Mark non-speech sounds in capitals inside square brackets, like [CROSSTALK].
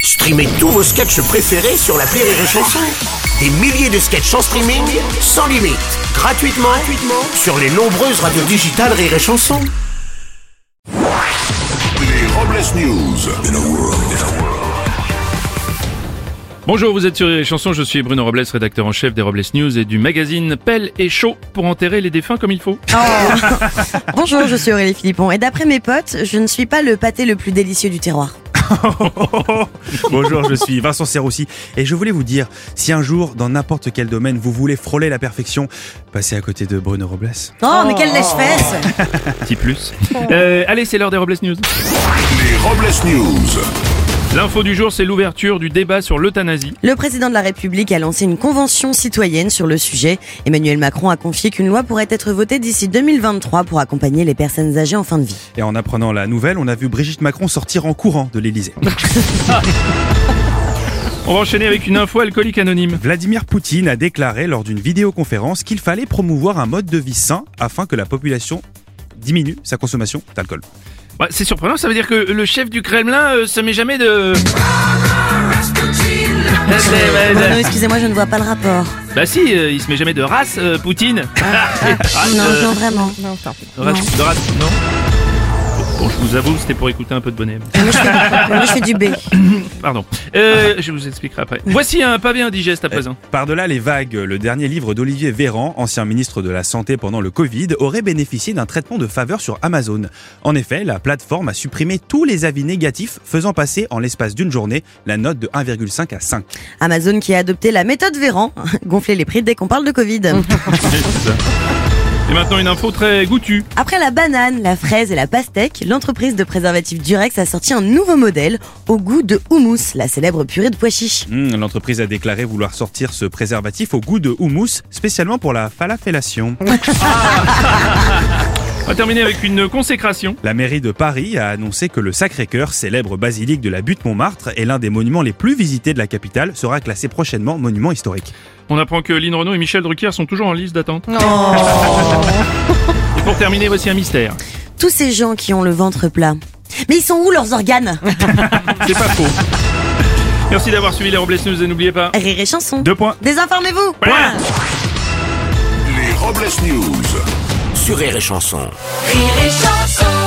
Streamez tous vos sketchs préférés sur la Rire et Chanson. Des milliers de sketchs en streaming, sans limite, gratuitement, gratuitement sur les nombreuses radios digitales Rire et Chanson. Les Robles News. In a world, in a world. Bonjour, vous êtes sur les chansons, je suis Bruno Robles, rédacteur en chef des Robles News et du magazine Pelle et Chaud pour enterrer les défunts comme il faut. Oh. [LAUGHS] Bonjour, je suis Aurélie Philippon et d'après mes potes, je ne suis pas le pâté le plus délicieux du terroir. [LAUGHS] Bonjour, je suis Vincent Serroussi et je voulais vous dire, si un jour, dans n'importe quel domaine, vous voulez frôler la perfection, passez à côté de Bruno Robles. Oh, mais quelle lèche-fesse Petit plus. Oh. Euh, allez, c'est l'heure des Robles News. Les Robles News. L'info du jour, c'est l'ouverture du débat sur l'euthanasie. Le président de la République a lancé une convention citoyenne sur le sujet. Emmanuel Macron a confié qu'une loi pourrait être votée d'ici 2023 pour accompagner les personnes âgées en fin de vie. Et en apprenant la nouvelle, on a vu Brigitte Macron sortir en courant de l'Elysée. On va enchaîner avec une info alcoolique anonyme. Vladimir Poutine a déclaré lors d'une vidéoconférence qu'il fallait promouvoir un mode de vie sain afin que la population diminue sa consommation d'alcool. Ouais, c'est surprenant, ça veut dire que le chef du Kremlin euh, se met jamais de... Ah, c'est- Bruno, bah, excusez-moi, je ne vois pas le rapport. bah si, euh, il se met jamais de race, euh, Poutine. [LAUGHS] Race, Ah. non, euh, non, vraiment. race, de race, non Bon, je vous avoue, c'était pour écouter un peu de bonnet. Moi, je fais, moi, je fais du B. Pardon. Euh, je vous expliquerai après. Voici un pavé indigeste à présent. Par-delà les vagues, le dernier livre d'Olivier Véran, ancien ministre de la Santé pendant le Covid, aurait bénéficié d'un traitement de faveur sur Amazon. En effet, la plateforme a supprimé tous les avis négatifs, faisant passer en l'espace d'une journée la note de 1,5 à 5. Amazon qui a adopté la méthode Véran, [LAUGHS] gonfler les prix dès qu'on parle de Covid. Et maintenant une info très goûtue. Après la banane, la fraise et la pastèque, l'entreprise de préservatifs Durex a sorti un nouveau modèle au goût de houmous, la célèbre purée de pois chiches. Hmm, L'entreprise a déclaré vouloir sortir ce préservatif au goût de houmous, spécialement pour la falafellation. On va terminer avec une consécration. La mairie de Paris a annoncé que le Sacré-Cœur, célèbre basilique de la butte Montmartre et l'un des monuments les plus visités de la capitale, sera classé prochainement monument historique. On apprend que Lynn Renault et Michel Drucker sont toujours en liste d'attente. et pour terminer, voici un mystère. Tous ces gens qui ont le ventre plat. Mais ils sont où leurs organes C'est pas faux. Merci d'avoir suivi les Robles News et n'oubliez pas. Rire et chanson. Deux points. Désinformez-vous Point. Les Robles News. Sur Rire et Chanson. Rire et chanson